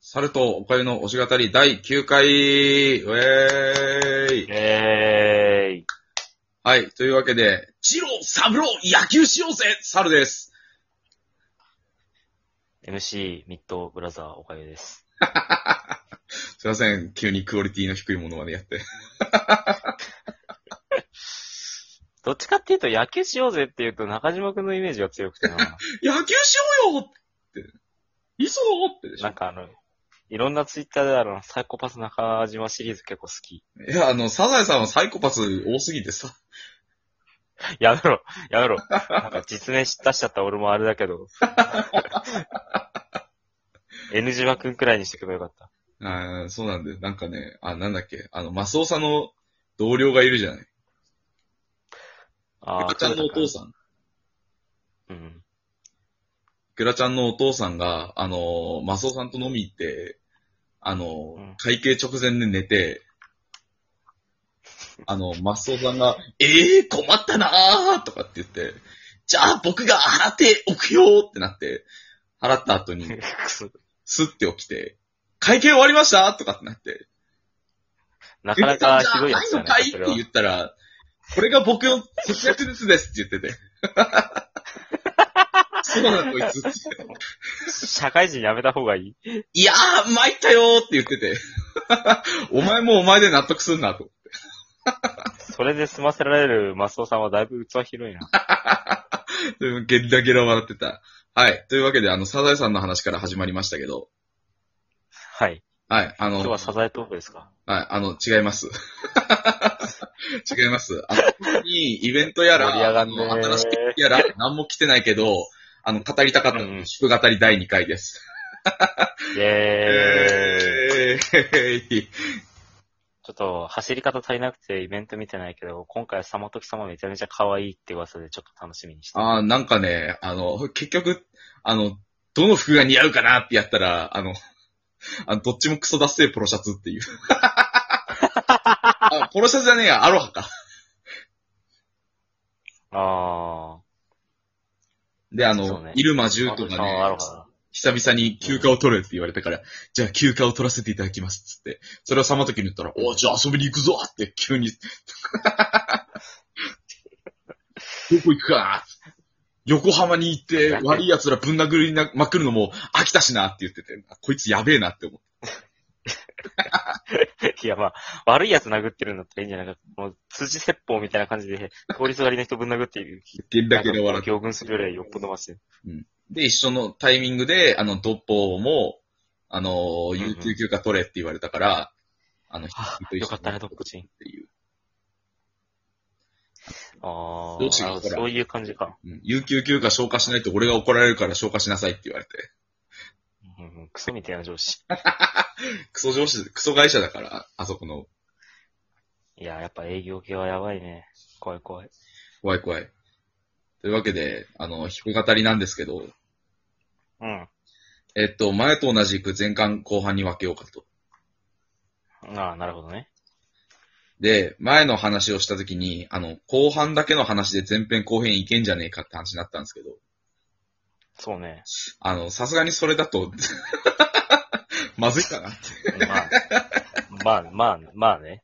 猿とおかゆの推し語り第9回ウェーイえーい。はい、というわけで、ジロー、サブロー、野球しようぜ猿です。 MC ミッドブラザーおかゆです。すいません、急にクオリティの低いものまでやって。 どっちかっていうと野球しようぜっていうと中島くんのイメージが強くてな。 野球しようよって。いそうってでしなんょ。かあの、いろんなツイッターであるサイコパス中島シリーズ結構好き。いや、あの、サザエさんはサイコパス多すぎてさ。やめろ、やめろ。なんか実名出しちゃった俺もあれだ けど。N 島くんくらいにしてけばよかった。あーそうなんだよ。なんかね、あ、なんだっけ、あの、マスオさんの同僚がいるじゃない。あイクラちゃんのお父さん。イん。うん。 クラちゃんのお父さんが、あの、マスオさんと飲み行って、あのうん、会計直前で寝て、あの、マスオさんが、ええー、困ったなーとかって言って、じゃあ僕が払っておくよーってなって、払った後に、 くそスッて起きて、会計終わりましたとかってなって、なかなかひどいやつじじゃゃあなないいのかいってそれは言ったら、これが僕の節約術ですって言っ てて。そうなのこいつって。社会人やめた方がいい。いやー、参ったよーって言って て。お前もお前で納得すんなと。それで済ませられるマスオさんはだいぶ器広いな。でゲラゲラ笑ってた。はい。というわけで、あの、サザエさんの話から始まりましたけど。はい。はい。あの、今日はサザエトークですかはい、あの、違います。 違います。あの、特にイベントやら、盛り上があんねの、新しいやら、何も来てないけど、あの、語りたかったのうんうで、ん祝語り第2回です。イェーえイ。ー、ちょっと走り方足りなくてイベント見てないけど、今回サマトキ様めちゃめちゃ可愛いって噂でちょっと楽しみにして。あーなんかね、あの、結局、あの、どの服が似合うかなってやったら、あの、あの、どっちもクソダッセーポロシャツ っていう。あポロシャツじゃねえや、アロハか。あで、あそうの、ねイルマー。 10とかね、あるか久々に休暇を取れって言われたから、じゃあ休暇を取らせていただきますっつって、それをさまときに言ったら、おうじゃあ遊びに行くぞって急 に、どこ行くか横浜に行って悪い奴らぶん殴りなまくるのも飽きたしなって言ってて、こいつやべえなって思って。な。 いや、まあ、悪いやつ殴ってるんだったらいいんじゃないか。もう、辻説法みたいな感じで、通りすがりの人ぶん殴っている。ゲリラゲリ笑って。行軍するよりよっぽどマシ。で、一緒のタイミングで、あの、ドッポーも、あの、んうん有給休暇取れって言われたから、あの、あ人と一緒によかったね、ドッグチン。ていう。あどうしようあ、ほらそういう感じか。うん有給休暇消化しないと俺が怒られるから消化しなさいって言われて。うんうん、クソみたいな上司。クソ上司、クソ会社だから、あそこの、いや、やっぱ営業系はやばいね。怖い怖い。怖い怖い。というわけで、あの、弾く語りなんですけど、うん。えっと、前と同じく前半後半に分けようかと。ああ、なるほどね。で、前の話をしたときに、あの、後半だけの話で前編後編いけんじゃねえかって話になったんですけど、そ うね。あの、さすがにそれだと、 まずいかなって、まあ、まあ、まあ、まあね。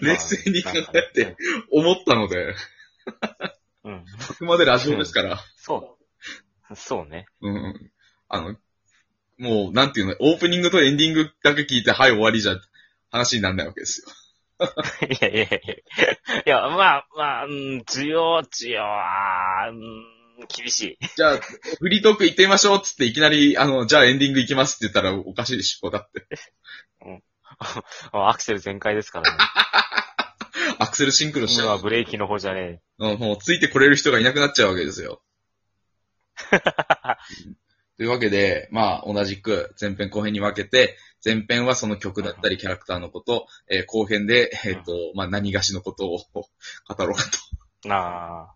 冷静に考なんかえてね。思ったので、うん。あくまでラジオですから、そう。そうね。うん。あの、もう、なんていうの、オープニングとエンディングだけ聞いて、はい、終わりじゃ、話にならないわけですよ。 いやいやいやいや。いや、まあ、まあ、うん、需要、需要は、うん、厳しい。じゃあ、フリートーク行ってみましょうっつって、いきなり、あの、じゃあエンディング行きますって言ったらおかしいでしょ、だって。 アクセル全開ですからね。アクセルシンクロしちゃ今はう。ブレーキの方じゃねうんもう、ついてこれる人がいなくなっちゃうわけですよ。というわけで、まあ、同じく、前編後編に分けて、前編はその曲だったりキャラクターのこと、えー後編で、えっ、と、まあ、何がしのことを 語ろうかと。え。 なあ、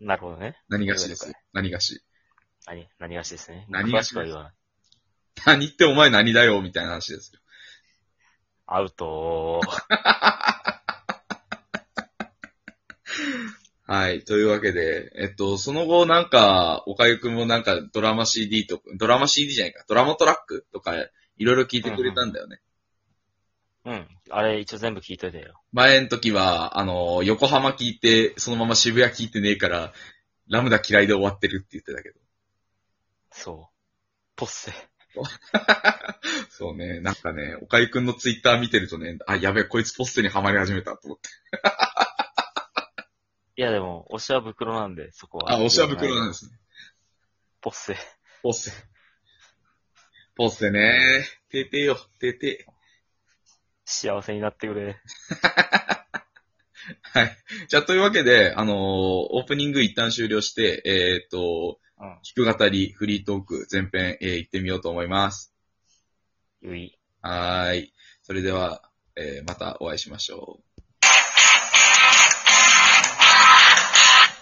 なるほどね。何がしです。何がし。何、何がしですね。何がし詳しくは言わない。何ってお前何だよ、みたいな話ですよ。アウトはい。というわけで、えっと、その後なんか、おかゆくんもなんかドラマ CD とか、ドラマ CD じゃないか、ドラマトラックとか、いろいろ聞いてくれたんだよね。うん。あれ、一応全部聞いといてよ。前の時は、あの、横浜聞いて、そのまま渋谷聞いてねえから、ラムダ嫌いで終わってるって言ってたけど。そう。ポッセ。そうね、なんかね、おかゆくんのツイッター見てるとね、あ、やべえ、こいつポストにはまり始めたと思って。いや、でも、推しは袋なんで、そこは。あ、おしゃ袋なんですね。ポッセ。ポッセ。ポッセね。てーてーよ、てーて幸せになってくれ。ー。はい。じゃあ、というわけで、あのーオープニング一旦終了して、えーっと、うん。聞く語り、フリートーク、前編、えー行ってみようと思います。ゆい。はーい。それでは、えーまたお会いしましょう。